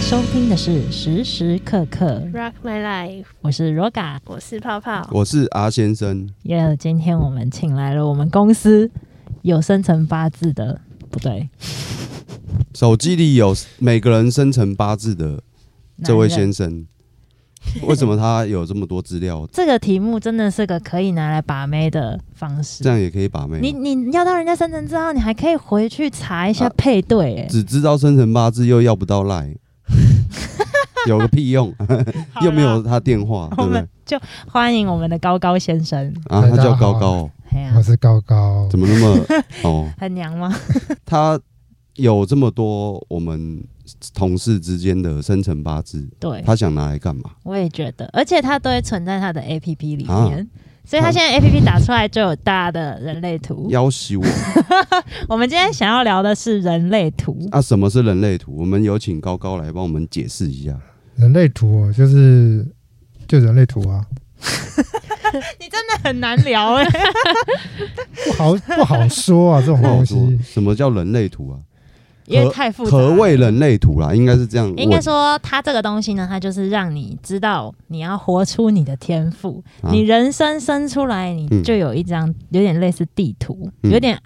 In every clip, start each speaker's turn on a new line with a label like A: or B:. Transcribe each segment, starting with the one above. A: 收听的是时时刻刻，
B: Rock My Life，
A: 我是 Roga。
B: 我是泡泡。
C: 我是阿先生，
A: 耶、今天我们请来了我们公司有生辰八字的，不对，
C: 手机里有每个人生辰八字的这位
A: 男人
C: 先生，为什么他有这么多 资料？
A: 这个题目真的是个可以拿来把妹的方
C: 这
A: 式。
C: 样也可以把妹？
A: 你你要到人家生辰之后，你还可以回去查一下
C: 啊
A: 配对、欸，
C: 只知道生辰八字，又要不 到赖，有个屁用！
A: 好啦
C: 又没有他电话，
A: 我
C: 对不对
A: 们？就欢迎我们的高高先生。
C: 啊，他
D: 大家
C: 叫
D: 好
C: 高高，
A: 哎呀、
D: 我是高高，
C: 怎么 那么哦？
A: 很娘 吗？
C: 他有这么多我们同事之间的生辰八字，
A: 对，
C: 他想拿来干嘛？
A: 我也觉得，而且它都会存在它的 A P P 里面，
C: 啊
A: 所以它现在 A P P 打出来就有大的人类图。
C: 要挟我
A: 我们今天想要聊的是人类图，
C: 啊？什么是人类图？我们有请高高来帮我们解释一下。
D: 人类图哦，就是就人类图啊，
A: 你真的很难聊哎、
D: 不好不好说啊，这种
C: 不好
D: 东
C: 说
D: 西，
C: 哦什么叫人类图啊？
A: 因为太复杂。
C: 何谓？人类图啦？应该是这样问。
A: 应该说，它这个东西呢，它就是让你知道你要活出你的天赋，
C: 啊
A: 你人生生出来，你
C: 嗯
A: 就有一张有点类似地图，
C: 嗯
A: 有点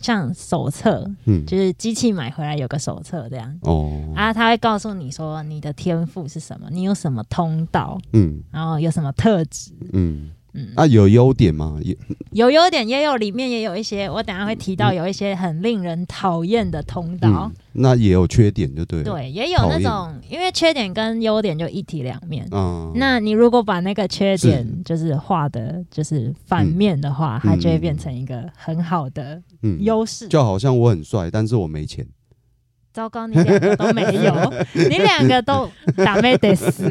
A: 像手册，
C: 嗯
A: 就是机器买回来有个手册这样。
C: 哦
A: 啊，他会告诉你说你的天赋是什么，你有什么通道，
C: 嗯
A: 然后有什么特质，
C: 嗯
A: 嗯，
C: 啊有优点吗？也
A: 有优点也有，里面也有一些，我等一下会提到有一些很令人讨厌的通道
C: 嗯，，那也有缺点，就对了。，
A: 对，也有那种因为缺点跟优点就一体两面。
C: 嗯，
A: 那你如果把那个缺
C: 是
A: 点就是画的，就是反面的话，它就会变成一个很好的
C: 嗯
A: 优势。
C: 就好像我很帅，但是我没钱。
A: 糟糕，你两个都没 有，你两个都打妹得死。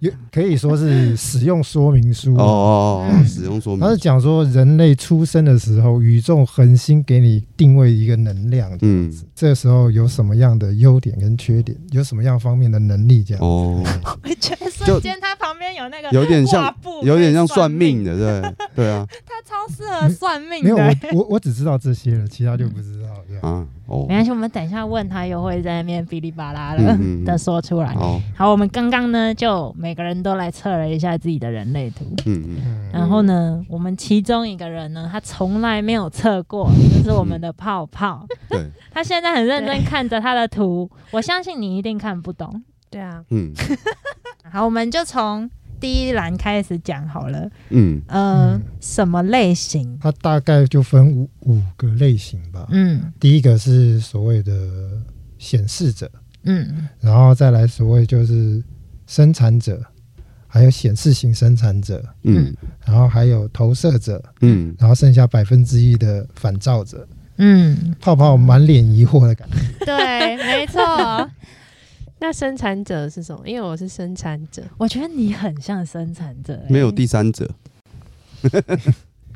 D: 有有可以说是使用说明书
C: 哦
D: 哦。
C: 哦哦，
A: 嗯
C: 哦使用说明
D: 它是。讲说人类出生的时候，宇宙恒星给你定位一个能量，
C: 嗯，
D: 这时候有什么样的优点跟缺点，有什么样方面的能力，这样。
C: 哦，
A: 我觉得瞬间他旁边有那个
C: 有点像
A: 挂布
C: 有点像
A: 算
C: 算命，的，对对啊
A: 他超适合算命
D: 没有，我
A: 的。
D: 我我只知道这些了，其他就不知道。这样
C: 啊哦
A: 没，关系，我们等一下问他，又会在那边哔哩吧啦的、
C: 嗯嗯嗯
A: 的说出来。
C: 好，
A: 好，我们刚刚呢，就每个人都来测了一下自己的人类图。
C: 嗯嗯，
D: 嗯，
A: 然后呢，我们其中一个人呢，他从来没有测过，就是我们的泡 泡。
C: 对，
A: 他现在很认真
B: 对
A: 看着他的图，我相信你一定看不懂。
B: 对啊，
C: 嗯
A: 好，我们就从第一栏开始讲好了。
C: 嗯
A: 呃，
D: 嗯
A: 什么类型？
D: 它大概就分五五个类型吧。
A: 嗯
D: 第一个是所谓的显示者，
A: 嗯
D: 然后再来所谓就是生产者，还有显示型生产者，
C: 嗯
D: 然后还有投射者，
C: 嗯，
D: 然后剩下百分之一的反照者。
A: 嗯，
D: 泡泡满脸疑惑的感觉，
A: 对，没错。
B: 那生产者是什么？因为我是生产者，
A: 我觉得你很像生产者、欸
C: 没有第三者，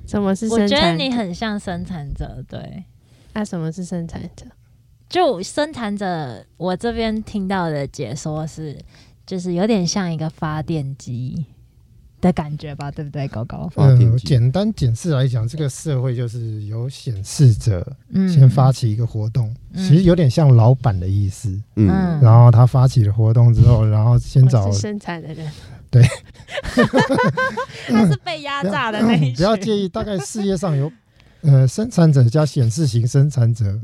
B: 什么是
A: 我
B: 生
A: 觉得
B: 产者？
A: 你很像生产者，对。
B: 那什么是生产者？
A: 就生产者，我这边听到的解说是，就是有点像一个发电机的感觉吧，对不对，狗狗？
C: 发电
D: 呃
C: 机，
D: 简单解释来讲，这个社会就是由显示者
A: 嗯
D: 先发，起一个活动，
A: 嗯
D: 其实有点像老板的意思。
C: 嗯
D: 然后他发起了活动之
A: 嗯
D: 后，然后先找
B: 我是生产的人，
A: 他是被压榨的那一
D: 不要介意，大概世界上有呃生产者加显示型生产者，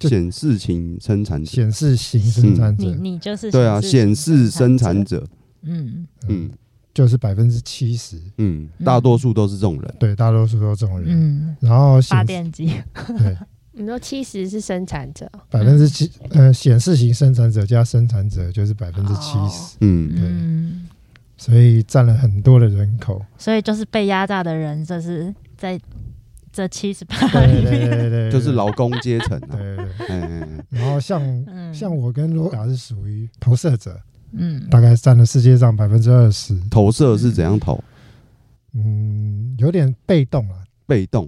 D: 就
C: 显示型生产者，
D: 显示型生产
A: 你
D: 者
A: 你就是
C: 对啊，显示生产
A: 者，
C: 者，
A: 嗯
C: 嗯
D: 就是百分之七十，
C: 嗯
A: 嗯，
C: 大多数都是这种人，
D: 对，大多数都这种人。
A: 嗯，
D: 然后
A: 发
D: 显
A: 电机，
D: 对
B: 你说七十是生产者，
D: 百分之七
A: 嗯
D: 呃显示型生产者加生产者就是百分之七
B: 哦
D: 十，
C: 嗯，
A: 嗯，
D: 所以占了很多的人 口。
A: 所以就是被压榨的人，就是在这七十八
D: 对
A: 里
D: 对对
A: 面，
D: 对对对，
C: 嗯就是劳工阶层啊
D: 对。对
C: 哎
D: 对。
C: 哎哎
D: 然后像
A: 嗯
D: 像我跟罗达是属于投射者，
A: 嗯
D: 大概占了世界上百分之二十。
C: 投射是怎样投？
D: 嗯，有点被动啊，
C: 被动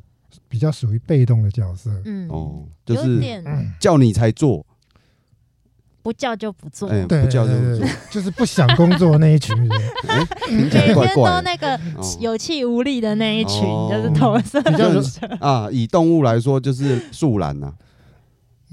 D: 比较属于被动的角色。
A: 嗯，
C: 哦，就
A: 有
C: 是
A: 点
D: 嗯
C: 叫你才做，
A: 不叫就不做，
C: 哎，
D: 对
C: 不叫就
D: 对
C: 不
D: 对
C: 做
D: 对，就是不想工作那一群人，
C: 哎听起
A: 嗯每
C: 来
A: 天
C: 怪怪
A: 都
C: 的
A: 那个
C: 哦
A: 有气无力的那一群，
C: 哦
A: 就是投射
D: 比较
A: 者。
C: 啊。以动物来说，就是树懒呐，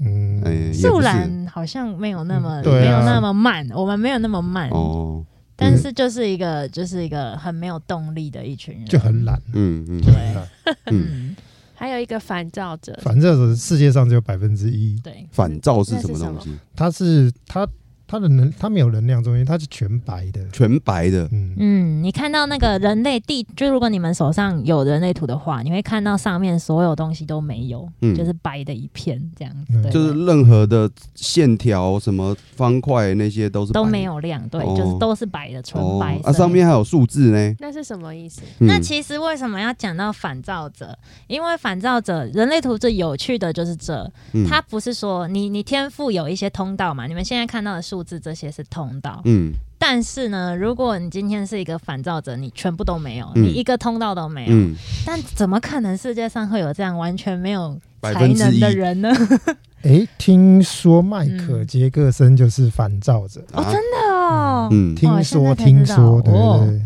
D: 嗯，
C: 哎、也不是
A: 素兰好像没有那么、
D: 嗯对啊
A: 没有那么慢，我们没有那么慢，
C: 哦，
A: 但是就是一个就是一个很没有动力的一群人，
D: 就很懒，
C: 嗯嗯
D: 就很懒。
C: 嗯，
A: 嗯，
B: 还有一个烦躁者，
D: 反正世界上只有百分之一，
A: 对，
C: 反照是什么东西？
D: 它是它它的能它没有能量中心，它是全白的。
C: 全白的，
D: 嗯，
A: 嗯，你看到那个人类地，就如果你们手上有人类图的话，你会看到上面所有东西都没有，
C: 嗯
A: 就是白的一片这样子，
D: 嗯
A: 对
C: 就是任何的线条、什么方块那些都是白的
A: 都没有亮，对，
C: 哦
A: 就是都是白的，纯
C: 哦
A: 白色。
C: 啊，上面还有数字呢。
B: 那是什么意思？
C: 嗯
A: 那其实为什么要讲到反照者？因为反照者人类图最有趣的就是这，
C: 嗯
A: 它不是说你你天赋有一些通道嘛，你们现在看到的数字这些是通道，
C: 嗯
A: 但是呢，如果你今天是一个反照者，你全部都没有，
C: 嗯
A: 你一个通道都没有，
C: 嗯，
A: 但怎么可能世界上会有这样完全没有
C: 百
A: 才
C: 分之
A: 能
C: 一
A: 的人呢？
D: 哎，听说迈克杰克森就是反照者，
A: 哦，
C: 啊
A: 真的哦，
C: 嗯
D: 听
A: 哇
D: 说
A: 现在才知
D: 听
A: 道
D: 说，对
A: 哦
D: 对对，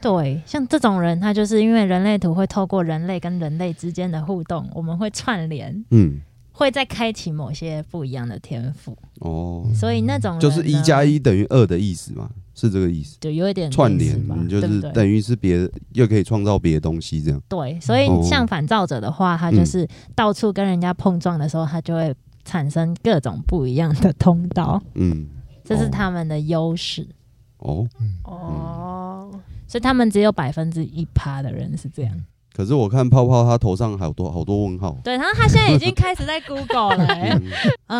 A: 对，像这种人，他就是因为人类图会透过人类跟人类之间的互动，我们会串联，
C: 嗯
A: 会再开启某些不一样的天赋，
C: 哦，
A: 所以那种人
C: 就是一
A: 呢
C: 加，一等于二的意思嘛，是这个意思。
A: 就有一点
C: 串
A: 类似
C: 联，
A: 嗯吧
C: 你就
A: 对
C: 是
A: 不对
C: 等于是别又可以创造别的东西这样。
A: 对，所以
C: 哦
A: 像反照者的话，他就是到处跟人家碰撞的时候，他就会产生各种不一样的通道，
C: 嗯，
A: 这是
C: 哦
A: 他们的优势。
C: 哦，
D: 嗯，
B: 哦，
A: 所以他们只有百分之一趴的人是这样，
C: 可是我看泡泡他头上好多好多问号。
A: 对。然后他现在已经开始在 Google 了、欸，
C: 嗯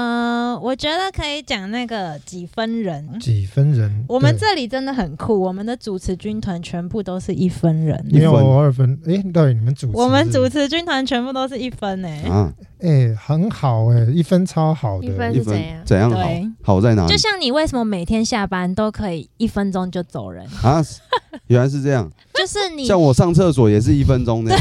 A: 嗯，我觉得可以讲那个几分人。
D: 几分人？
A: 我们
D: 对
A: 这里真的很酷，我们的主持军团全部都是一分人，
D: 没有二分，哎，对，你们主持
A: 我们主
D: 是
A: 持军团全部都是一分哎、
C: 啊，
D: 哎很好哎，一分超好
B: 一
D: 的
B: 分，
C: 一
B: 是
C: 分
B: 怎样
C: 怎样好
A: 对？
C: 好在哪里
A: 就像你为什么每天下班都可以一分钟就走人，
C: 啊？是原来是这样，
A: 就是你
C: 像我上厕所也是一 分钟的。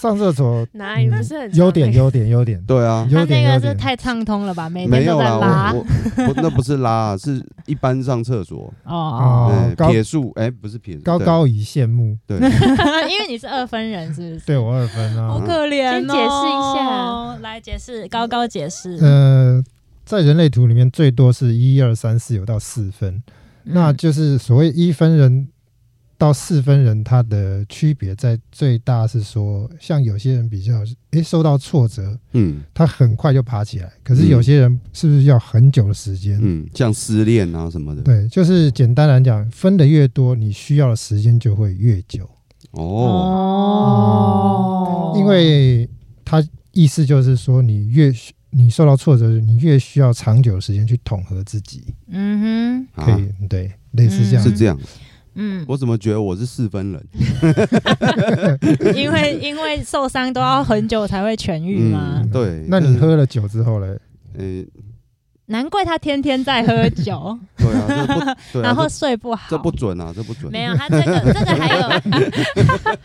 D: 上厕所
B: 哪里不是很
D: 优点
B: 常
D: 优点优点，
C: 对啊，
A: 他
D: 优
A: 那
D: 点
A: 个
D: 优
A: 是
D: 点，
A: 太畅通了吧，每
C: 没
A: 天
C: 有
A: 都在
C: 啦，
A: 拉
C: 我我我那不是拉，啊是一般上厕所。
A: 哦，
D: 哦
C: 哎
D: 高
C: 撇树，哎，不是撇树，
D: 高
C: 对。
D: 高以羡慕，
C: 对，
A: 因为你是二分人是不是？
D: 对我二分啊，
A: 好可怜
B: 先解
A: 哦
B: 释，
A: 来解释，高高解
C: 嗯
A: 释。
D: 呃，在人类图里面最多是一二三四有到四分，
C: 嗯
A: 嗯
D: 那就是所谓一分人到四分人，它的区别在最大是说，像有些人比较诶受到挫折，
C: 嗯
D: 他很快就爬起来，可是
C: 嗯
D: 有些人是不是要很久的时间？
C: 嗯，像失恋啊什么的。
D: 对，就是简单来讲，分的越多，你需要的时间就会越久，
C: 哦，
A: 哦
D: 因为它意思就是说，你越需你受到挫折，你越需要长久的时间去统合自己。
A: 嗯
C: 啊
D: 可以，对，类似这样。
C: 是 这样。
A: 哼，嗯，
C: 我怎么觉得我是四分 人？
A: 因为因为受伤都要很久才会痊愈嘛
C: 嗯，，对。
D: 那你？喝了酒之后嘞？
C: 嗯，
A: 难怪他天天在喝 酒，
C: 对啊，这不，对啊
A: 然后
C: 这
A: 睡不好。
C: 这不准啊，这不准。
A: 没有，他这个这个还有， 他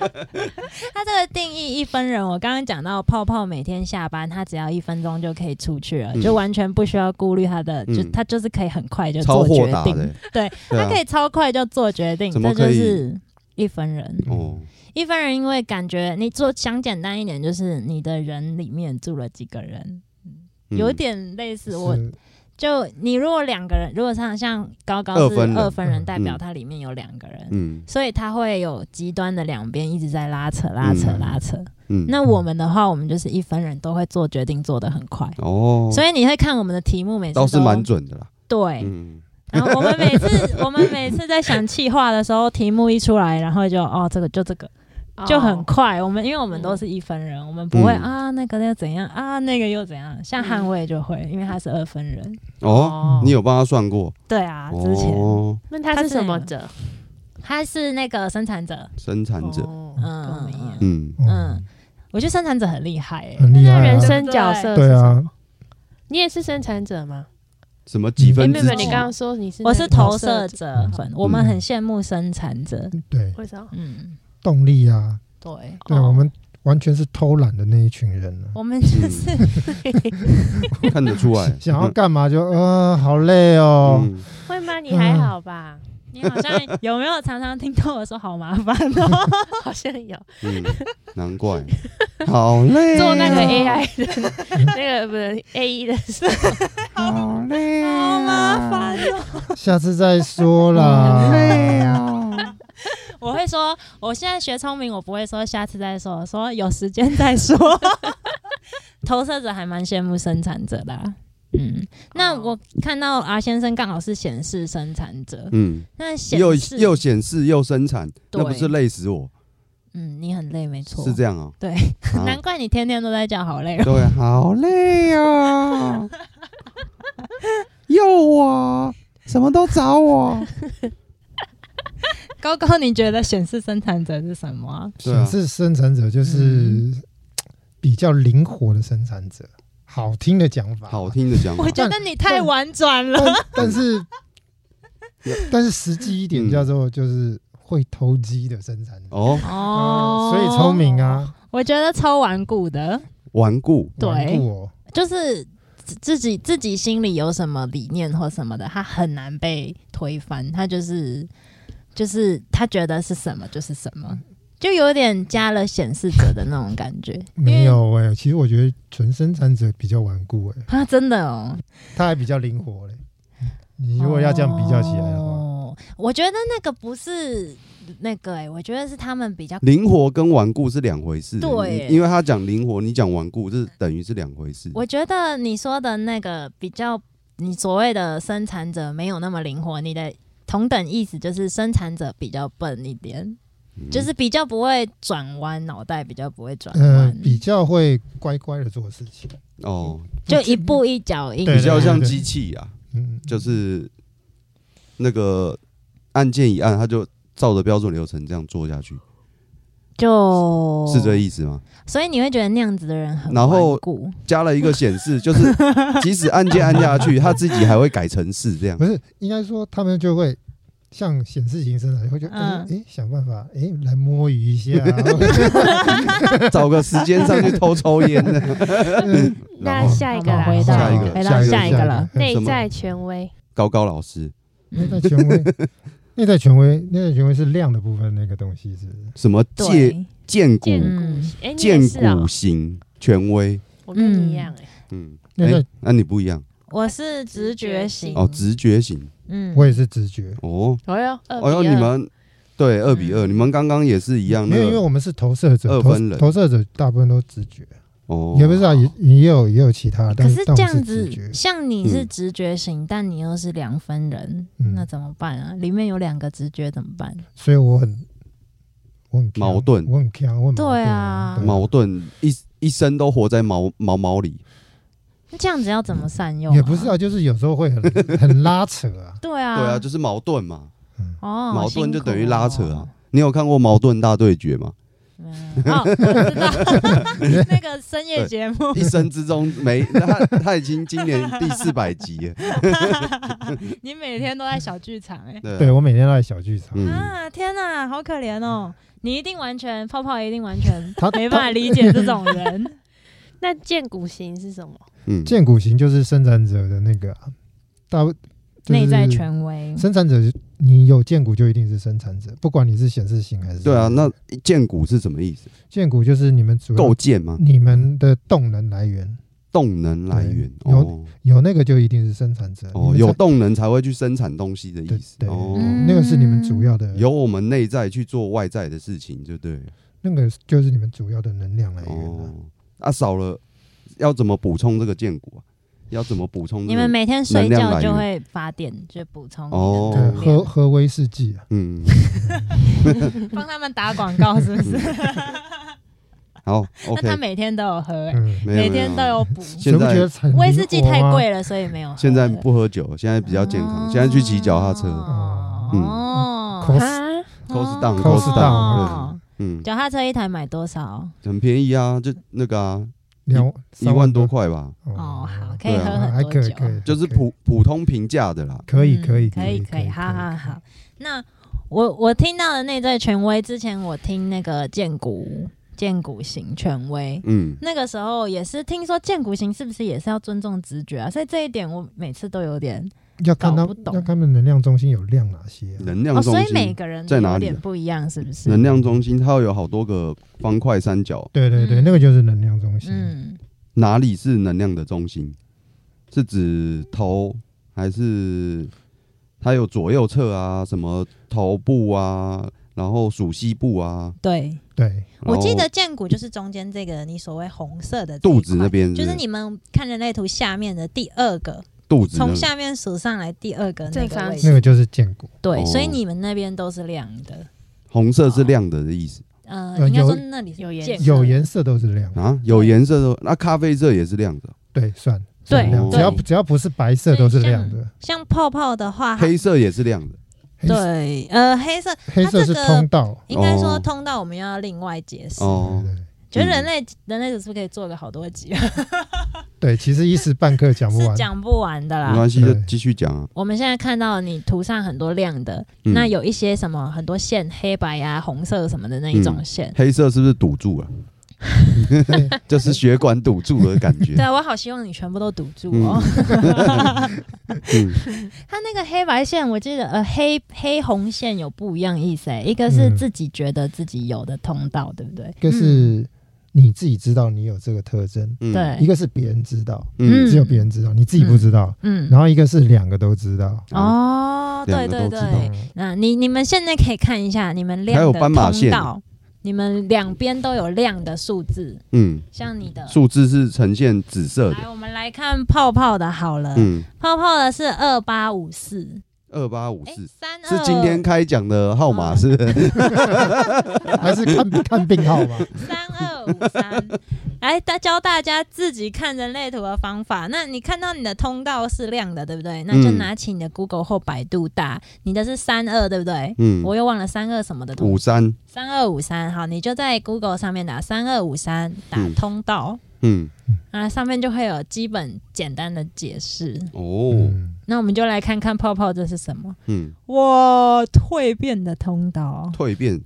A: 这个定义一分人。我刚刚讲到泡泡每天下班，他只要一分钟就可以出去了，
C: 嗯
A: 就完全不需要顾虑他的，就
C: 嗯
A: 他就是可以很快就
C: 超
A: 做决
C: 豁达
A: 定，
C: 的，
A: 对，
C: 对
A: 他可
C: 啊，
A: 以超快就做决定，
C: 怎么
A: 这
C: 可
A: 就
C: 以
A: 是一分人。
C: 哦，
A: 一分人因为感觉你做想简单一点，就是你的人里面住了几个人，
C: 嗯
A: 有点类似我
D: 是
A: 就你如果两个人，如果像像高高
C: 二
A: 是
C: 分人
A: 二分人，代表
C: 嗯
A: 它里面有两个人，
C: 嗯
A: 所以它会有极端的两边一直在拉扯、拉扯、
C: 嗯
A: 拉扯。
C: 嗯，
A: 那我们的话，我们就是一分人都会做决定，做得很快。
C: 哦，
A: 所以你会看我们的题目，每次
C: 倒
A: 都
C: 是蛮准的啦。
A: 对。
C: 嗯，
A: 然后我们每次我们每次在想气话的时候，题目一出来，然后就哦这个就这个
B: 哦
A: 就很快。我们因为我们都是一分人，我们不会
C: 嗯
A: 啊那个又怎样啊那个又怎样。像捍卫就会，因为他是二分
B: 嗯
A: 人。
C: 哦，你有帮他算过？
A: 对啊，之前。
C: 哦，
B: 那他是什么者？
A: 他是那个生产者，
C: 生产者，
B: 哦
A: 嗯
B: 跟我们一样。
C: 嗯，
A: 嗯，我觉得生产者很厉害、欸，
D: 很厉害啊
B: 那人生角色是
D: 对
B: 什
D: 啊
B: 么？，你也是生产者吗？
C: 什么几
D: 哎
B: 哎，
C: 分
B: 妹
C: 之
B: 妹，
C: 几
B: 你刚刚说你是
A: 我是投射
B: 射，
A: 者嗯粉，我们很羡慕生产者，
D: 对，
B: 为什么？
A: 嗯，
D: 动力啊，
A: 对，
D: 对
B: 哦
D: 我们完全是偷懒的那一群人啊
C: 嗯
A: 我们就是、
C: 看得出来，
D: 想要干嘛就呃好累哦，
C: 嗯，
B: 会吗？你还好吧？
A: 你好像有没 有常常听到我说好麻烦哦？
B: 好像有。
C: 嗯，难怪，好累哦，
B: 做那个 AI 的 那个不是 A E 的事，
C: 好累，好麻烦，
A: 哦
D: 下次再说
C: 好
D: 啦。
C: 累哦。
A: 我会说，我现在学聪明，我不会说下次再说，我说有时间再 说。投射者还蛮羡慕生产者的啊、嗯，那
B: 哦
A: 我看到 R 先生刚好是显示生产者，
C: 嗯，
A: 那 显
C: 又
A: 示
C: 又显示又生产，那不
A: 对
C: 是累死我？
A: 嗯，你很累，没错，
C: 是这样啊？
A: 对
C: 啊，
A: 难怪你天天都在讲好累哦。
C: 对，啊好累哦，又我什么都找我，
A: 高高，你觉得显示生产者是什么啊？
C: 对啊
D: 显示生产者就是比较灵活的生产者，好听的讲法，
C: 好听的讲法
A: 我，觉得你太婉转了。
D: 啊但 但是但是实际一点
C: 嗯
D: 叫做就是会偷鸡的生产者
C: 哦，
A: 哦
D: 所以聪明，啊，
A: 我觉得超顽固的，
C: 顽固，
A: 对
D: 顽固哦，
A: 就是自自己自己心里有什么理念或什么的，他很难被推翻。他就是就是他觉得是什么就是什么，就有点加了显示者的那种感觉。 因为
D: 没有哎、其实我觉得纯生产者比较顽固哎、
A: 啊，真的哦，
D: 他还比较灵活嘞、你如果要这样比较起来的话，
A: 哦，我觉得那个不是那个哎、我觉得是他们比较
C: 灵活跟顽固是两回事。
A: 对
C: 你因为他讲灵活，你讲顽固，这等于是两回事。
A: 我觉得你说的那个比较，你所谓的生产者没有那么灵活，你的同等意思就是生产者比较笨一点，
C: 嗯
A: 就是比较不会转弯，脑袋比较不会转
D: 嗯、
A: 弯，
D: 比较会乖乖的做事情，
C: 哦，
A: 就一步一脚印，
D: 对
C: 比较像机器啊，
D: 嗯，
C: 就是那个按键一按，他就照着标准流程这样做下去，
A: 就是
C: 这意思吗？
A: 所以你会觉得那样子的人很
C: 然后
A: 顽固嗯
C: 加了一个显示，就是即使按键按 下去，他自己还会改成是这样
D: 不。是应该说他们就会。像显示型生产者会就哎、
A: 嗯
D: 诶想办法哎、诶来摸鱼 一下，
C: 找个时间上去偷抽烟的。
A: 嗯
C: 然
B: 那
C: 后
B: 下一个
A: 好
B: 啦，
A: 回到
C: 下一个
A: 回到
D: 下
A: 下
D: 一
A: 一
D: 个
A: 个了，
D: 嗯
B: 内
C: 什么
B: 在权威，
C: 高高老师，
D: 内在 权威，内在权威，内在权威是量的部分那个东西是不是
C: 什么剑
A: 对，
C: 剑骨
B: 剑骨
A: 嗯，
B: 哎，你
C: 剑
B: 也是啊
C: 骨，型权威，
B: 我跟你一样哎，
C: 嗯，
D: 那个
C: 哎，那你不一样
A: 我是直觉型
C: 哦，直觉型
A: 嗯，
D: 我也是直觉，
C: 哦，
A: 哎
B: 哦哟，二
C: 哦哟，
B: 比
C: 你
B: 二
C: 们对二比二，
A: 嗯
C: 你们刚刚也是一样，
D: 没有，
C: 那
D: 因为
C: 个
D: 我们是投射者，
C: 二
D: 投
C: 分人
D: 投射者大部分都直觉，
C: 哦，
D: 也不是啊，也也有也有其他，
A: 可
D: 但但
A: 这
D: 我
A: 样
D: 是直
A: 子，
D: 觉，
A: 像你是
C: 嗯
A: 直觉型，但你又是两分人，
D: 嗯
A: 那怎么办啊？里面有两个直觉怎么办？
D: 所以我很我很
C: 矛盾
D: 我很强，我很矛
A: 对
D: 盾
A: 啊
D: 对
C: 矛盾一一生都活在毛毛毛里，
A: 那这样子要怎么善用、
D: 也不是啊，，就是有时候会很 很拉扯啊，
A: 对啊，
C: 对啊，就是矛盾嘛，
A: 哦，
C: 矛盾就
A: 辛苦
C: 等于拉扯
A: 哦
C: 啊。。你有看过《矛盾大对决》吗？
A: 嗯哦，我知道 那个深夜节目，
C: 一生之中没 他，他已经今年第四百集了。
A: 你每天都在小剧场哎、
D: 对
C: 对啊，
D: 我每天都在小剧场，
C: 嗯，
A: 啊，天哪、好可怜哦！你一定完全泡泡一定完 全
D: 他
A: 没办法理解这种人，
B: 那剑骨型是什么？
C: 嗯，
D: 剑骨型就是生产者的那个啊大就是
A: 内在权威。
D: 生产者，你有剑骨就一定是生产者，不管你是显示型还是
C: 对啊，那建骨是什么意思？
D: 剑骨就是你们主要
C: 构建吗？
D: 你们的动能来源
C: 动能来源
D: 对
C: 哦
D: 有那个就一定是生产者
C: 哦，
D: 你们才
C: 有动能才会去生产东西的意
D: 对
C: 思
D: 对，
C: 哦。
A: 嗯
D: 那个是你们主要的，
C: 由我们内在去做外在的事情，对不对？
D: 那个就是你们主要的能量来源啊。
C: 哦，啊，少了要怎么补充这个建骨啊？要怎么补充、这个？
A: 你们每天睡
C: 能量
A: 觉
C: 来源
A: 就会发电，就补充你的
C: 哦
D: 对，
A: 能量
D: 喝喝威士忌啊，
C: 嗯，
A: 帮他们打广告是不 是？
C: 好
A: 那他
C: ，OK，
A: 每天都有喝、欸，
D: 嗯，
C: 没有
A: 每天都。
C: 没
A: 有补。
C: 现在
D: 你不觉得很灵活吗
A: 威士忌太，贵了，所以没有喝。
C: 嗯现在不喝酒，现在比较健康。现在去骑脚踏车，嗯
A: 哦
D: 口 Cos-
B: 啊，
C: ，cost down，
D: Cost
C: cost down，
A: 哦
C: 嗯，
A: 脚踏车一台买多少？
C: 很便宜啊，就那个啊，
D: 两
C: 一万多
D: 块嗯
C: 块吧，
A: 哦，好，可以
C: 对啊
A: 喝
D: 还
A: 很
D: 可
A: 多
D: 以
A: 酒。
D: 可以，
C: 就是普普通平价的啦。
D: 可以
A: 嗯
D: 可以
A: 可
D: 以
A: 可
D: 以，
A: 好好好。那我我听到的内在权威，之前我听那个剑骨剑骨型权威，
C: 嗯，
A: 那个时候也是听说剑骨型是不是也是要尊重直觉啊？所以这一点我每次都有点
D: 要看他
A: 搞不懂
D: 要看他们能量中心有量哪些啊、
C: 能量
A: 哦，
C: 中
A: 所以每
C: 心，
A: 个人
C: 在哪
A: 有
C: 里啊
A: 点不一样，是不是？
C: 能量中心它要有好多个方块三角，
D: 对对对，
A: 嗯
D: 那个就是能量中心。
A: 嗯，
C: 哪里是能量的中心？是指头还是它有左右侧啊？什么头部啊？然后属西部啊？
A: 对，
D: 对，
A: 我
C: 然后
A: 记得剑骨就是中间这个你所谓红色的这一
C: 肚子那
A: 块，
C: 边
A: 就是
C: 不
A: 你们看人类图下面的第二个，
C: 肚子那
A: 从下面数上来第二个那
B: 正
A: 个
B: 方
A: 位
D: 那
A: 置，
D: 个就是建骨。
A: 对，
C: 哦
A: 所以你们那边都是亮的，
C: 红色是亮的的意思
A: 呃，
D: 呃
A: 应该
D: 有
A: 说那里是
B: 有颜
A: 剑骨
D: 有颜色都是亮，
C: 啊，有颜色的那咖啡色也是亮的，
D: 对，算
A: 对
D: 算亮，
C: 对
D: 只要只要不是白色都是亮的，
A: 像泡泡的话，
C: 黑色也是亮的。
D: 黑
A: 对，呃，黑色
D: 黑色是通道，
A: 应该说
C: 哦
A: 通道我们要另外解释。
C: 哦
D: 对，对对
A: 觉得人类人类只是不是可以做个好多集，啊
D: 对，其实一时半刻讲不
A: 是
D: 完，
A: 讲不完的
C: 没
A: 啦。
C: 关系，就
D: 对
C: 继续讲啊。
A: 我们现在看到你图上很多亮的，
C: 嗯
A: 那有一些什么很多线，黑白呀、红色什么的那一种线。
C: 黑色是不是堵住了？就是血管堵住的感觉
A: 对。啊，我好希望你全部都堵住哦。
C: 嗯，
A: 它那个黑白线，我记得呃黑黑红线有不一样意思、欸，一个是
D: 嗯
A: 自己觉得自己有的通道，对不对？
D: 一个是你自己知道你有这个特征，
C: 嗯
A: 嗯对
D: 一个是别人知道，
A: 嗯
D: 只有别人知道，你自己不知道，
A: 嗯，
D: 然后一个是两个都知道，
A: 哦，对
C: 两
A: 对
C: 个都
A: 对
C: 知道，
D: 嗯
A: 那你你们现在可以看一下你们亮
C: 还
A: 的
C: 有
A: 通
C: 斑马线
A: 道，你们两边都有亮的数字，
C: 嗯，
A: 像你的。
C: 数字是呈现紫色的。
A: 来，我们来看泡泡的好了，
C: 嗯，
A: 泡泡的是二八五四，
C: 二八五
A: 哎，
C: 四
A: 三二哦
C: 是今天开奖的号码是不是？
D: 还是看 看病号嘛，
A: 三二五 三，来大教大家自己看人类图的方法。那你看到你的通道是亮的，对不对？那就
C: 嗯
A: 拿起你的 Google 或百度打，你的是三二，对不对？
C: 嗯，
A: 我又忘了三二什么的通
C: 五三。
A: 三二五三，好，你就在 Google 上面打三二五三，打
C: 嗯
A: 通道，
C: 嗯，
A: 啊，上面就会有基本简单的解释。
C: 哦，
D: 嗯，
A: 那我们就来看看泡泡这是什么？
C: 嗯，
A: 哇，蜕变的通道，
C: 蜕变。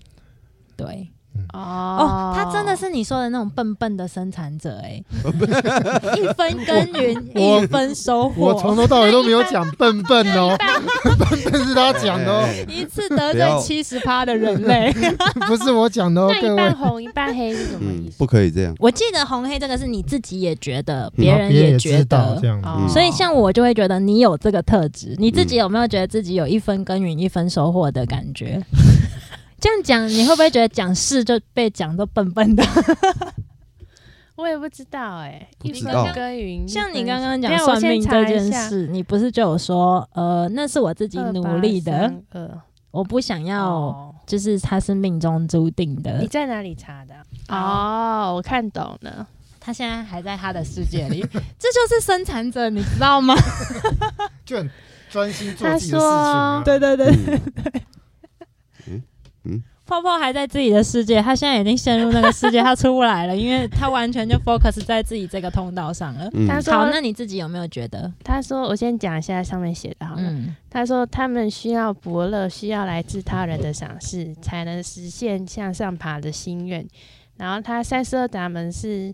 A: 对，
B: 哦
A: 哦，他真的是你说的那种笨笨的生产者哎、 一分耕耘
D: 我
A: 一分收
D: 我从
A: 获，
D: 头到尾都没有讲笨笨哦， 笨是他讲的哦，
C: 哎
A: 一次得
C: 不
A: 罪
C: 要
A: 七十趴的人 类。
D: 不是我讲的哦，
B: 那
D: 各
B: 一
D: 位
B: 半。红一半黑是什么
C: 嗯
B: 意，思
C: 不？可以这样。
A: 我记得红黑这个是你自己也觉得，别
D: 然后
A: 人
D: 别人也
A: 觉
D: 知道
A: 得
D: 这。样子，
C: 嗯
B: 哦
A: 所以，像我就会觉得你有这个特质，你自己有没有觉得自己有一分耕耘一分收获的感 觉？这样讲，你会不会觉得讲是就被讲都笨笨的？
B: 我也不知道哎，
C: 不
B: 一
C: 知
B: 分
C: 道
B: 耕耘，
A: 像你刚刚
B: 等
A: 讲
B: 一下我
A: 算
B: 先
A: 命
B: 查
A: 这
B: 一
A: 件
B: 下
A: 事，你不是就有说，呃，那是我自己努力的，
B: 2
A: 我不想要
B: 哦，
A: 就是他是命中注定
B: 你
A: 的。
B: 在哪里查的？哦，我看懂了。
A: 他现在还在他的世界 里，这就是生产者，你知道吗？
D: 就很专心做
B: 他
D: 自己的事情、啊
B: 说。
A: 对对对，
C: 嗯
A: 泡泡还在自己的世界，他现在已经陷入那个世界，他出不来了，因为他完全就 focus 在自己这个通道上了。
C: 嗯
B: 他说
A: 好，那你自己有没有觉得？
B: 他说：“我先讲一下上面写的好了。
A: 嗯，
B: 他说：“他们需要伯乐，需要来自他人的赏识，才能实现向上爬的心愿。”然后他三十二闸门是，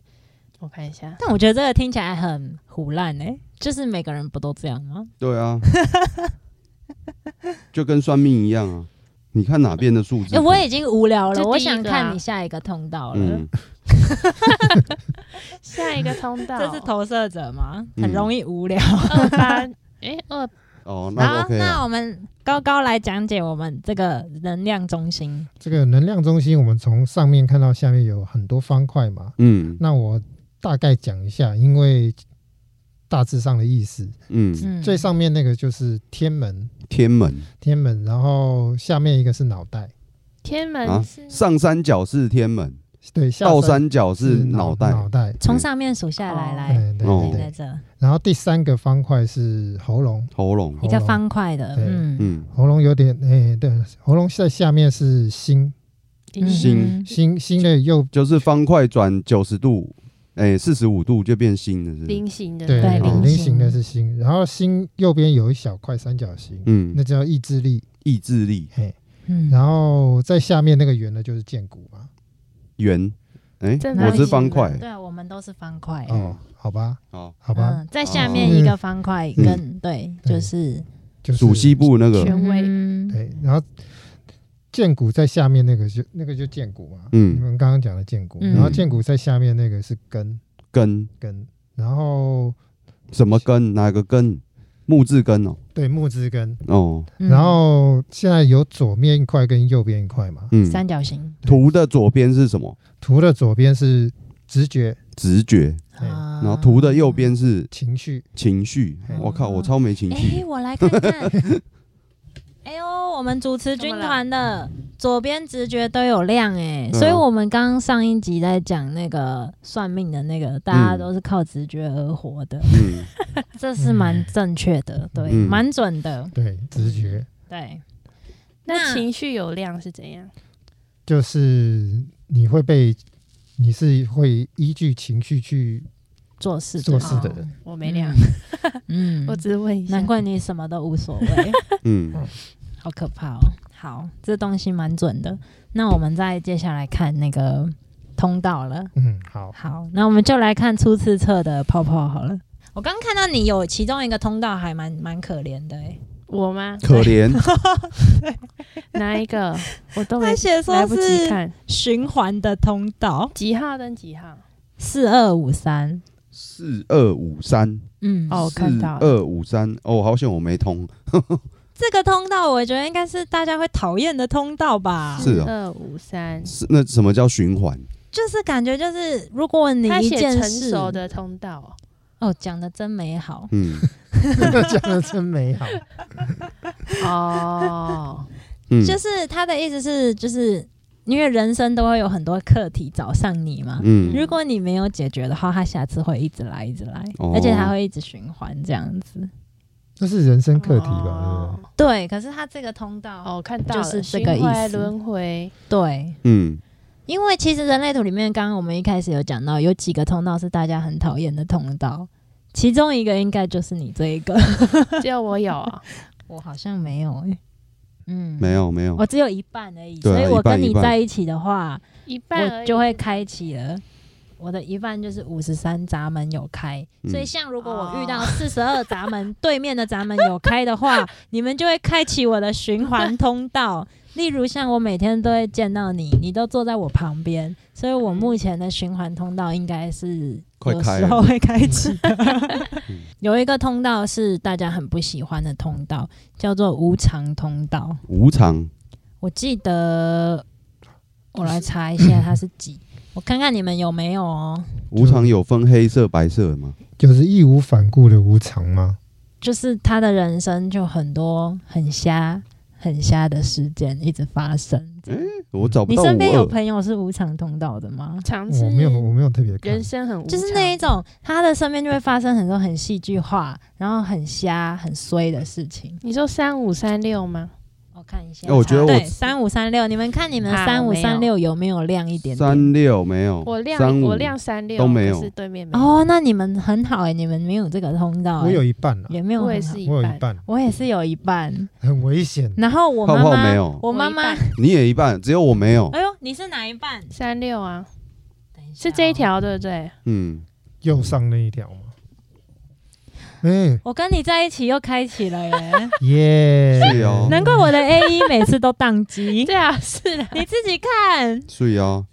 B: 我看一下，
A: 但我觉得这个听起来很胡乱哎，就是每个人不都这样吗？
C: 对啊，就跟算命一样啊。你看哪边的数字？
A: 哎、我已经无聊
B: 这
A: 了，
B: 第一
A: 我想
B: 个啊
A: 看你下一个通道了。
C: 嗯，
B: 下一个通道，
A: 这是投射者吗？
C: 嗯
A: 很容易无聊。
B: 二八，哎，二
C: 哦，那
A: 好，
C: OK 啊。
A: 那我们高高来讲解我们这个能量中心。
D: 这个能量中心，我们从上面看到下面有很多方块嘛。
C: 嗯
D: 那我大概讲一下，因为大致上的意思。
C: 嗯，
A: 嗯，
D: 最上面那个就是天门，
C: 天门
D: 天门，然后下面一个是脑袋，
B: 天
C: 啊
B: 门是
C: 上三角是天门，
D: 对，啊下
C: 倒
D: 山
C: 三角是脑袋。
D: 嗯脑袋。哎
A: 从上面数下来，
B: 哦
A: 来，
D: 对对
C: 哦
D: 对
A: 对在
D: 对，
A: 这
D: 然后第三个方块是喉咙，
C: 喉咙。
A: 一个方块的，
D: 对
A: 嗯，
C: 嗯，
D: 喉咙有点哎，对，喉咙在下面是心，
A: 嗯
C: 心
D: 心心的右
C: 就是方块转九十度，哎，四十五度就变心了，是不是？
B: 菱形的，
D: 对
A: 对
D: 菱
A: 菱
D: 形
A: 形
D: 的是心，然后心右边有一小块三角形，
C: 嗯
D: 那，叫意志力，
C: 意志力
D: 嘿，
A: 嗯，
D: 然后在下面那个圆的就是剑骨嘛，
C: 圆，哎、
B: 正
C: 我
B: 方
C: 是
B: 形
C: 方
B: 吗
C: 块，
A: 对啊，我们都是方块。
D: 哦，好吧，
C: 好，哦
D: 好吧，
A: 嗯，在下面一个方块
C: 嗯
A: 跟对，就是
D: 就是
C: 属西部那个，
B: 全位
A: 嗯
D: 对，然后剑骨在下面那个就那个就剑骨嘛，你
C: 嗯，
D: 们刚刚讲的剑骨，
A: 嗯
D: 然后剑骨在下面那个是根
C: 根
D: 根，然后
C: 什么根？哪个根？木质根哦，
D: 对木质根，
C: 哦，
A: 嗯
D: 然后现在有左面一块跟右边一块嘛，
C: 嗯，
A: 三角形
C: 图的左边是什么？
D: 图的左边是直觉、
C: 直觉，
D: 对
A: 啊，
C: 然后图的右边是
D: 情绪，
C: 情绪
D: 嘿。
C: 我靠，我超没情
A: 哎、
C: 绪。
A: 我来看看。哎呦，我们主持军团的左边直觉都有亮哎、
C: 嗯
A: 所以我们刚刚上一集在讲那个算命的那个，大家都是靠直觉而活的，
C: 嗯，
A: 这是蛮正确的，对，
C: 嗯
A: 蛮、准的，
D: 对，直觉
A: 对。
B: 那
A: 那
B: 情绪有量是怎样？
D: 就是你会被，你是会依据情绪去，
A: 做事
D: 做事是的
A: 哦
B: 我没量，
A: 嗯，
B: 我只是问一下。
A: 难怪你什么都无所谓，
C: 嗯，
A: 好可怕哦。好，这东西蛮准的。那我们再接下来看那个通道了。
D: 嗯，好，
A: 好，那我们就来看初次测的泡泡好了。我刚看到你有其中一个通道还蛮蛮可怜的 哎、
B: 我吗？
C: 可怜。
B: 哪一个？我都没
A: 他写
B: 来
A: 说
B: 不及
A: 是
B: 看
A: 循环的通道，
B: 几号跟几号。
A: 四二五三，
C: 四二五三，
A: 嗯，
B: 哦我看到了
C: 二五三，哦，好险我没通。
A: 这个通道我觉得应该是大家会讨厌的通道吧，
C: 是哦
B: 二五三。
C: 是那什么叫循环？
A: 就是感觉就是如果你
B: 他
A: 一
B: 写
A: 件
B: 成
A: 事
B: 熟的通道哦，
A: 哦，讲的真美好，
C: 嗯
D: 讲的真美好，
B: 哦，
C: 嗯，
A: 就是他的意思是就是因为人生都会有很多课题找上你嘛，
C: 嗯
A: 如果你没有解决的话，它下次会一直来，一直来，
C: 哦
A: 而且它会一直循环这样子。
D: 这是人生课题吧？对不
B: 哦
D: 对
A: 对，可是它这个通道，
B: 哦，我看到了，
A: 就是这个意思
B: 循环轮回，
A: 对，
C: 嗯
A: 因为其实人类图里面，刚刚我们一开始有讲到，有几个通道是大家很讨厌的通道，其中一个应该就是你这一个，
B: 只有我有 哦。
A: 我好像没有、欸，嗯，
C: 没，有没有
A: 我，只有一半而已，
C: 对啊
A: 所以我
C: 一半
A: 跟你
C: 一半
A: 在一起的话，
B: 一半而
A: 我
B: 已
A: 就会开启了。我的一半就是五十三闸门有开，
C: 嗯
A: 所以像如果我遇到
B: 哦
A: 四十二 闸门对面的闸门有开的话， 你们就会开启我的循环通道。例如像我每天都会见到你，你都坐在我旁边，所以我目前的循环通道应该是
C: 快
A: 有
C: 开
A: 时
C: 了
A: 候会开启的。 有一个通道是大家很不喜欢的通道，叫做无常通道。
C: 无常，
A: 我记得，我来查一下它是 几，我看看你们有没有哦。
C: 无常有分黑色、白色的吗？
D: 就是义无反顾的无常吗？
A: 就是他的人生就很多很瞎、很瞎的事件一直发生。
C: 哎我找不
A: 你
C: 到
A: 身边有
C: 五二，
A: 朋友是无常通道的吗？
B: 尝试
D: 我没有，我没有特别看
B: 人，生很无
A: 就是
B: 常
A: 那一种，他的身边就会发生很多很戏剧化，然后很瞎、很衰的事情。
B: 你说三五三六吗？
A: 我看一下，
C: 哎我觉得我
A: 对三五三六，你们看你们
B: 啊
A: 三五
B: 我没有
A: 三六有没有亮一点点？
C: 三六没有，
B: 我亮
C: 三五
B: 我亮三六
C: 都没有
B: 可是对面没有，
A: 哦，那你们很好哎、你们没有这个通道、哎
D: 我有一半了，
A: 也没有很好，
B: 我也是一
D: 我有
B: 半
D: 一，半，
A: 我也是有一半。
D: 很危险。
A: 然后我
C: 泡
A: 妈
C: 泡
A: 妈
C: 没， 有，
A: 我妈妈
B: 我一，半
C: 你也一半，只有我没有。
A: 哎呦，你是哪一半？
B: 三六啊，
A: 等一下哦
B: 是这一。条对不对？
C: 嗯，
D: 右上那一条吗？哎、
A: 我跟你在一起又开启了耶，
D: 耶、嗯
C: 是哦
A: 难怪我的 A 一每次都宕机。
B: 对啊，是的，
A: 你自己看，
C: 所以啊，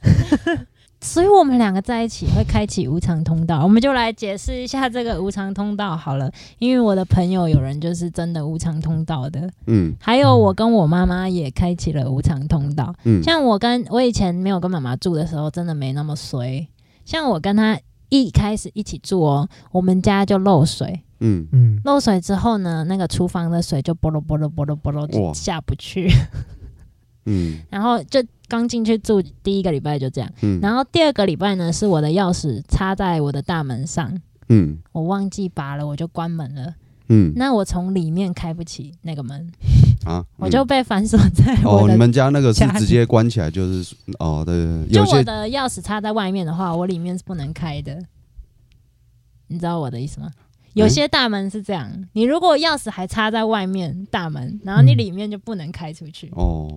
A: 所以我们两个在一起会开启无常通道，我们就来解释一下这个无常通道好了。因为我的朋友有人就是真的无常通道的，
C: 嗯
A: 还有我跟我妈妈也开启了无常通道。
C: 嗯，
A: 像我跟我以前没有跟妈妈住的时候，真的没那么衰。像我跟她一开始一起住哦，我们家就漏水，
C: 嗯
D: 嗯，
A: 漏水之后呢，那个厨房的水就波罗波罗波罗波罗就
C: 哇
A: 下不去，
C: 嗯
A: 然后就刚进去住第一个礼拜就这样，
C: 嗯，
A: 然后第二个礼拜呢，是我的钥匙插在我的大门上，
C: 嗯
A: 我忘记拔了，我就关门了。
C: 嗯
A: 那我从里面开不起那个门，
C: 啊，
A: 我就
C: 嗯
A: 被反锁在
C: 哦，
A: 我
C: 你
A: 的。
C: 们家那个是
A: 家里
C: 直接关起来，就是哦，对对，对
A: 就
C: 有
A: 我
C: 些
A: 的钥匙插在外面的话，我里面是不能开的。你知道我的意思吗？有些大门是这样，你如果钥匙还插在外面大门，然后你
D: 嗯
A: 里面就不能开出去。
C: 哦，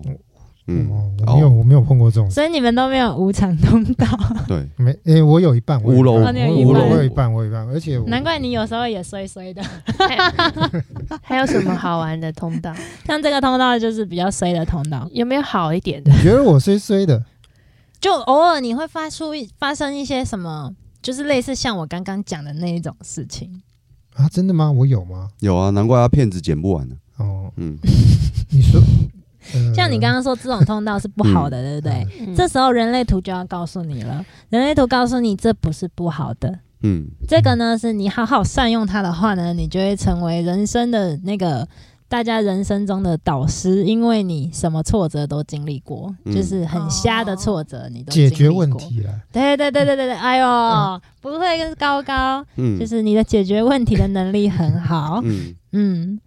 C: 嗯，
D: 哦，我没有，我没有碰过这种。
A: 所以你们都没有无偿通道，
C: 对，
D: 没，诶，我有一半，我有
C: 乌龙
A: 哦你有一
C: 乌
A: 半
C: 龙
D: 我有一半，我有一半，而且我
A: 难怪你有时候也衰衰的。
B: 还有什么好玩的通道？
A: 像这个通道就是比较衰的通道，
B: 有没有好一点的？
D: 觉得我衰衰的，
A: 就偶尔你会发出一发生一些什么，就是类似像我刚刚讲的那一种事情。
D: 啊，真的吗？我有吗？
C: 有啊，难怪他骗子剪不完呢、
D: 哦，
C: 嗯，
D: 你说，呃
A: 像你刚刚说这种通道是不好的，对不对？
B: 嗯
A: 这时候人类图就要告诉你了，人类图告诉你这不是不好的，
C: 嗯，
A: 这个呢是你好好善用它的话呢，你就会成为人生的那个大家人生中的导师，因为你什么挫折都经历过，
C: 嗯
A: 就是很瞎的挫折你都
D: 解
A: 经历
D: 决
A: 过
D: 问。题啦，
A: 对对对对对对，哎呦，
D: 嗯
A: 不会跟高高，
C: 嗯，。
A: 就是你的解决问题的能力很好
C: 嗯，
A: 嗯，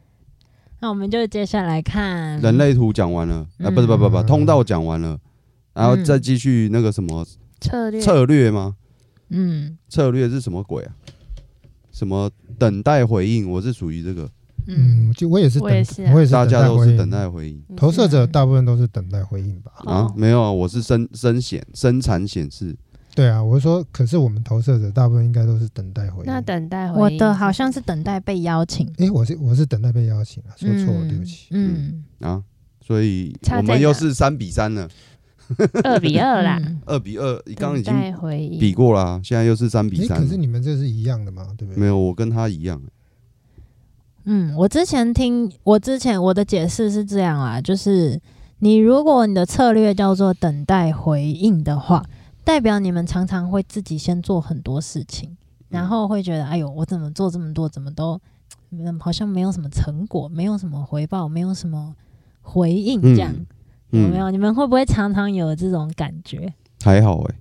A: 那我们就接下来看
C: 人类图讲完了，啊，
A: 嗯
C: 不是，不不不，
D: 嗯
C: 通道讲完了，然后再继续那个什么
B: 策略
C: 策略吗？
A: 嗯
C: 策略是什么鬼啊？什么等待回应？我是属于这个，
A: 嗯
D: 嗯，就我也是
B: 我
D: 等，
B: 也是啊
D: 我也是
C: 大
D: 等
C: 家
D: 待
C: 都
D: 回
C: 是
D: 应
C: 等，待回应
B: 你是
D: 投射者
B: 哪
A: 嗯
D: 大部分都是等待回应吧？
C: 啊
B: 哦？
C: 没有啊，我是深深显深产显示，
D: 对啊，我是说，可是我们投射者大部分应该都是等待回应。
B: 那等待回
A: 我
B: 应
A: 的好像是等待被邀请，
D: 诶，我是我是等待被邀请啊，说错了，
A: 嗯
D: 对不起。
A: 嗯，
C: 啊，所以
B: 差
C: 我
B: 在
C: 们
B: 哪
C: 又是三比三了，
B: 二比二啦，
A: 嗯
C: 二比二，刚刚已
B: 等
C: 经
B: 待回应
C: 比过啦，现在又是三比
D: 诶，
C: 三
D: 可，是你们这是一样的嘛，对不对？
C: 没有，我跟他一样，
A: 嗯，我之前听，我之前我的解释是这样啦，就是你如果你的策略叫做等待回应的话，代表你们常常会自己先做很多事情，
D: 嗯
A: 然后会觉得，哎呦，我怎么做这么多，怎么都嗯好像没有什么成果，没有什么回报，没有什么回应，这样、有没
C: 嗯，
A: 有？你们会不会常常有这种感觉？
C: 还好哎，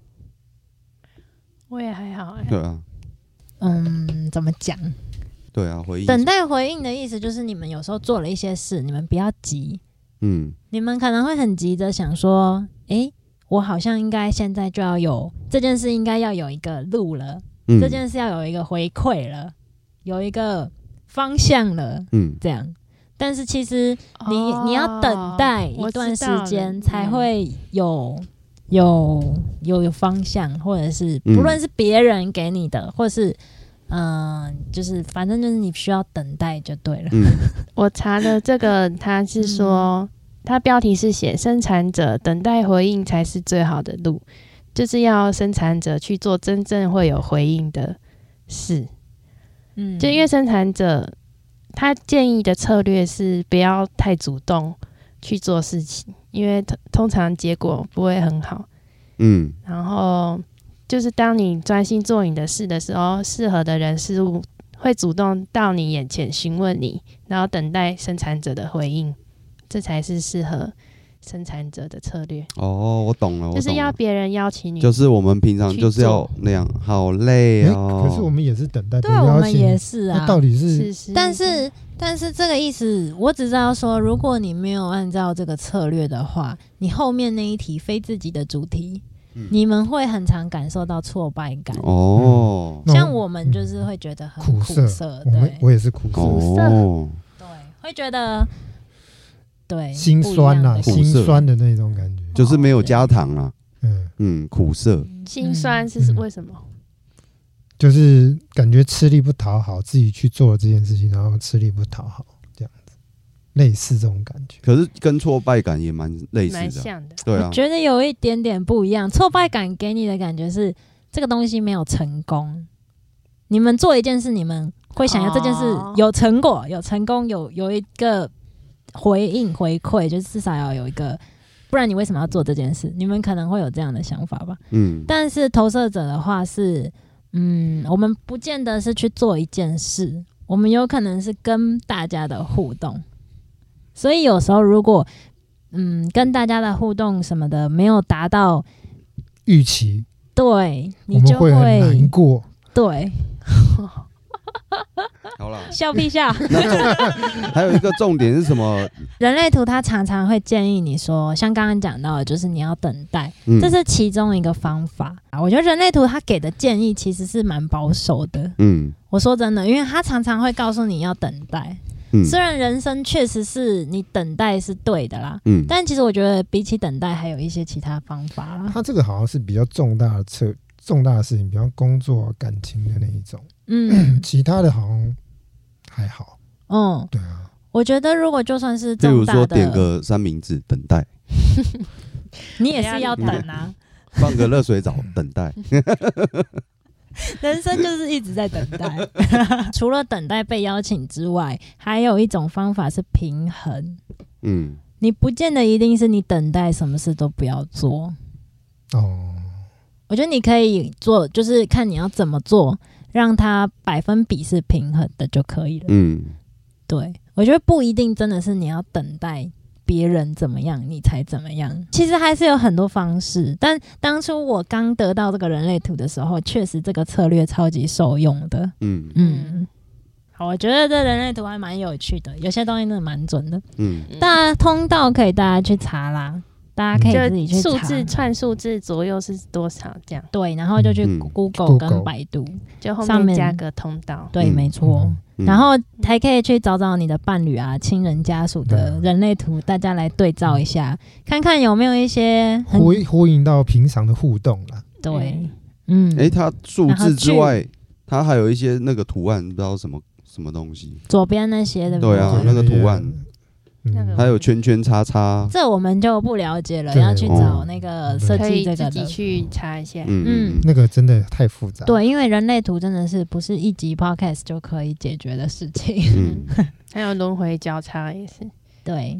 B: 我也还好哎、
C: 对啊，
A: 嗯，怎么讲？
C: 对啊，回应，
A: 等待回应的意思就是你们有时候做了一些事，你们不要急，
C: 嗯
A: 你们可能会很急着想说，诶、我好像应该现在就要有这件事，应该要有一个路了，
C: 嗯，
A: 这件事要有一个回馈了，有一个方向了，
C: 嗯
A: 这样。但是其实你、
B: 哦
A: 你要等待一段时间才，会有、有有有方向，或者是
C: 嗯
A: 不论是别人给你的，或是嗯、呃就是反正就是你需要等待就对了。
C: 嗯
B: 我查了这个，他是
A: 嗯
B: 说，他标题是写生产者等待回应才是最好的路，就是要生产者去做真正会有回应的事。
A: 嗯，
B: 就因为生产者他建议的策略是不要太主动去做事情，因为通通常结果不会很好。
C: 嗯
B: 然后就是当你专心做你的事的时候，适合的人事物会主动到你眼前询问你，然后等待生产者的回应，这才是适合生产者的策略，
C: 哦，我懂了，我
B: 就是
C: 懂
B: 要
C: 了
B: 别人邀请你。
C: 就是我们平常
B: 去
C: 就是要那样，好累
D: 诶
C: 哦。
D: 可是我们也是等待被
A: 对我
D: 邀
A: 们
D: 请，
A: 也是啊，
D: 那到底是
B: 是是，
A: 但
D: 嗯
A: 是，但是这个意思，我只知道说，如果你没有按照这个策略的话，你后面那一题非自己的主题，
C: 嗯
A: 你们会很常感受到挫败感。
C: 哦
D: 那嗯
A: 像我们就是会觉得很
D: 苦
A: 涩，
D: 涩？我们
A: 对
D: 我也是苦涩，
C: 哦，
A: 对，会觉得对
D: 心酸啊
A: 呐、
D: 呐，
C: 苦
D: 心
C: 涩
D: 酸的那种感觉。
C: 就是没有加糖啊，
D: 嗯，
C: 嗯，苦涩，
B: 心酸是
D: 嗯
B: 为什么？
D: 就是感觉吃力不讨好，自己去做了这件事情，然后吃力不讨好这样子，类似这种感觉。
C: 可是跟挫败感也蛮类似
B: 蛮
C: 的啊，
B: 像的，
C: 对啊
A: 我，觉得有一点点不一样。挫败感给你的感觉是这个东西没有成功。你们做一件事，你们会想要这件事
B: 哦
A: 有成果、有成功、有有一个回应回馈，就是至少要有一个，不然你为什么要做这件事？你们可能会有这样的想法吧。
C: 嗯，
A: 但是投射者的话是，嗯，我们不见得是去做一件事，我们有可能是跟大家的互动。所以有时候如果嗯跟大家的互动什么的没有达到，
D: 预期
A: 对
D: 我
A: 你
D: 们
A: 就
D: 会很难过，
A: 对
C: 好了。
A: 笑屁笑。
C: 还有一个重点是什么？
A: 人类图它常常会建议你说，像刚刚讲到的，就是你要等待，
C: 嗯
A: 这是其中一个方法啊。我觉得人类图它给的建议其实是蛮保守的，
C: 嗯
A: 我说真的，因为他常常会告诉你要等待，
C: 嗯
A: 虽然人生确实是你等待是对的啦，
C: 嗯，
A: 但其实我觉得比起等待，还有一些其他方法啦。
D: 他这个好像是比较重大的策重大的事情，比方工作、啊、感情的那一种，
A: 嗯
D: 其他的好像还好。
A: 嗯，
D: 对啊，
A: 我觉得如果就算是
C: 譬
A: 重
C: 如
A: 大
C: 说
A: 的，
C: 点个三明治等待，
A: 你也是要等啊，
C: 放个热水澡等 待，
A: 人生就是一直在等 待。除了等待被邀请之外，还有一种方法是平衡。
C: 嗯，
A: 你不见得一定是你等待什么事都不要做，
D: 哦，
A: 我觉得你可以做，就是看你要怎么做，让它百分比是平衡的就可以了。
C: 嗯，
A: 对，我觉得不一定真的是你要等待别人怎么样你才怎么样，其实还是有很多方式。但当初我刚得到这个人类图的时候，确实这个策略超级受用的。
C: 嗯
A: 嗯，好，我觉得这人类图还蛮有趣的，有些东西真的蛮准的。
C: 嗯，
A: 大家通道可以大家去查啦，大家可以自己
B: 就
A: 去查
B: 数字串数字左右是多少？这样
A: 对，然后就去
C: 嗯
A: Google
D: Google
A: 跟百度，
B: 就后
A: 上面
B: 面加个通道。
A: 对，
C: 嗯
A: 没错。
D: 嗯
C: 嗯
A: 然后还可以去找找你的伴侣啊、亲人、家属的
C: 啊
D: 嗯
A: 人类图，大家来对照一下，
C: 嗯
A: 看看有没有一些很
D: 呼呼应到平常的互动啦。
A: 对，嗯，
C: 诶，它数
A: 然后
C: 字之
A: 去
C: 外，它还有一些那个图案，不知道什么什么东西，
A: 左边那些对不
C: 对啊
D: 对
C: 那个图案，
D: 对
B: 那
D: 对
B: 个
C: 还有圈圈叉叉，
A: 这我们就不了解了，
D: 对
A: 要去找
C: 哦
A: 那个设
B: 可
A: 计
B: 以
A: 这
B: 自
A: 个
B: 己
A: 的。
B: 去查一下。
C: 嗯嗯
D: 那个真的太复杂。，
A: 对，因为人类图真的是不是一集 podcast 就可以解决的事情。
C: 嗯
B: 还有轮回交叉也是，
A: 对，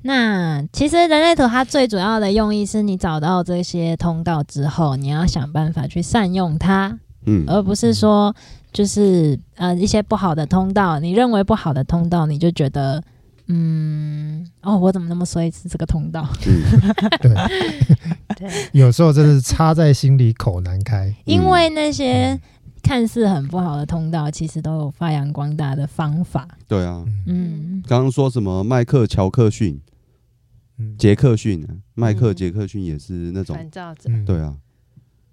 A: 那其实人类图它最主要的用意是你找到这些通道之后，你要想办法去善用它。
C: 嗯嗯
A: 而不是说就是呃一些不好的通道，你认为不好的通道，你就觉得嗯哦，我怎么那么衰是这个通道？
C: 嗯，
D: 有时候真的是插在心里口难开。
A: 因为那些看似很不好的通道，其实都有发扬光大的方法。
C: 对啊，
D: 嗯
A: 嗯，
C: 刚刚说什么迈克乔克逊、
D: 嗯，
C: 杰克逊啊，迈克
B: 嗯
C: 杰克逊也是那种，
B: 反照者。
D: 嗯
C: 对，啊，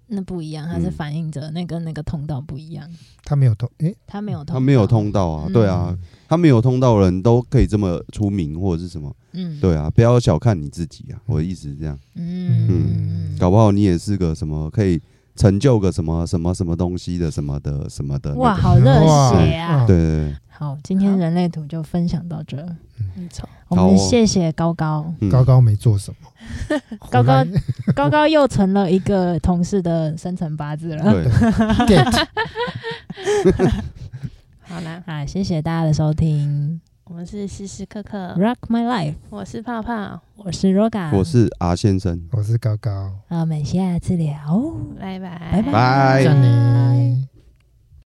A: 那不一样，它是反映着那跟那个通道不一样，
D: 他没有通，诶，
A: 它没有通，
C: 他没有，通道啊，
A: 嗯
C: 对啊，他没有通道的人都可以这么出名或者是什么，
A: 嗯，
C: 对啊，不要小看你自己啊，我的意思是这样，
A: 嗯，嗯
C: 搞不好你也是个什么可以成就个什么什么什么东西的什么的什么的，
A: 哇，
C: 那个，
A: 好热
D: 哇
A: 血啊！
D: 哇
C: 对对对，
A: 好，今天人类图就分享到这，
B: 没错，
A: 我
C: 好
A: 们
C: 哦
A: 谢谢高高。
C: 嗯
D: 高高没做什么，
A: 高 高
D: 回来
A: 高高又成了一个同事的生辰八字了。
C: 对，
D: 啊 get
B: 好啦，
A: 啊，谢谢大家的收听
B: 我们是时时刻刻，
A: ，Rock My Life，
B: 我是泡泡，
A: 我是 Roga，
C: 我，是阿先生，
D: 我是高高，
A: 我们下次聊，
B: 拜拜，
A: 拜拜
C: 拜
D: 赞你。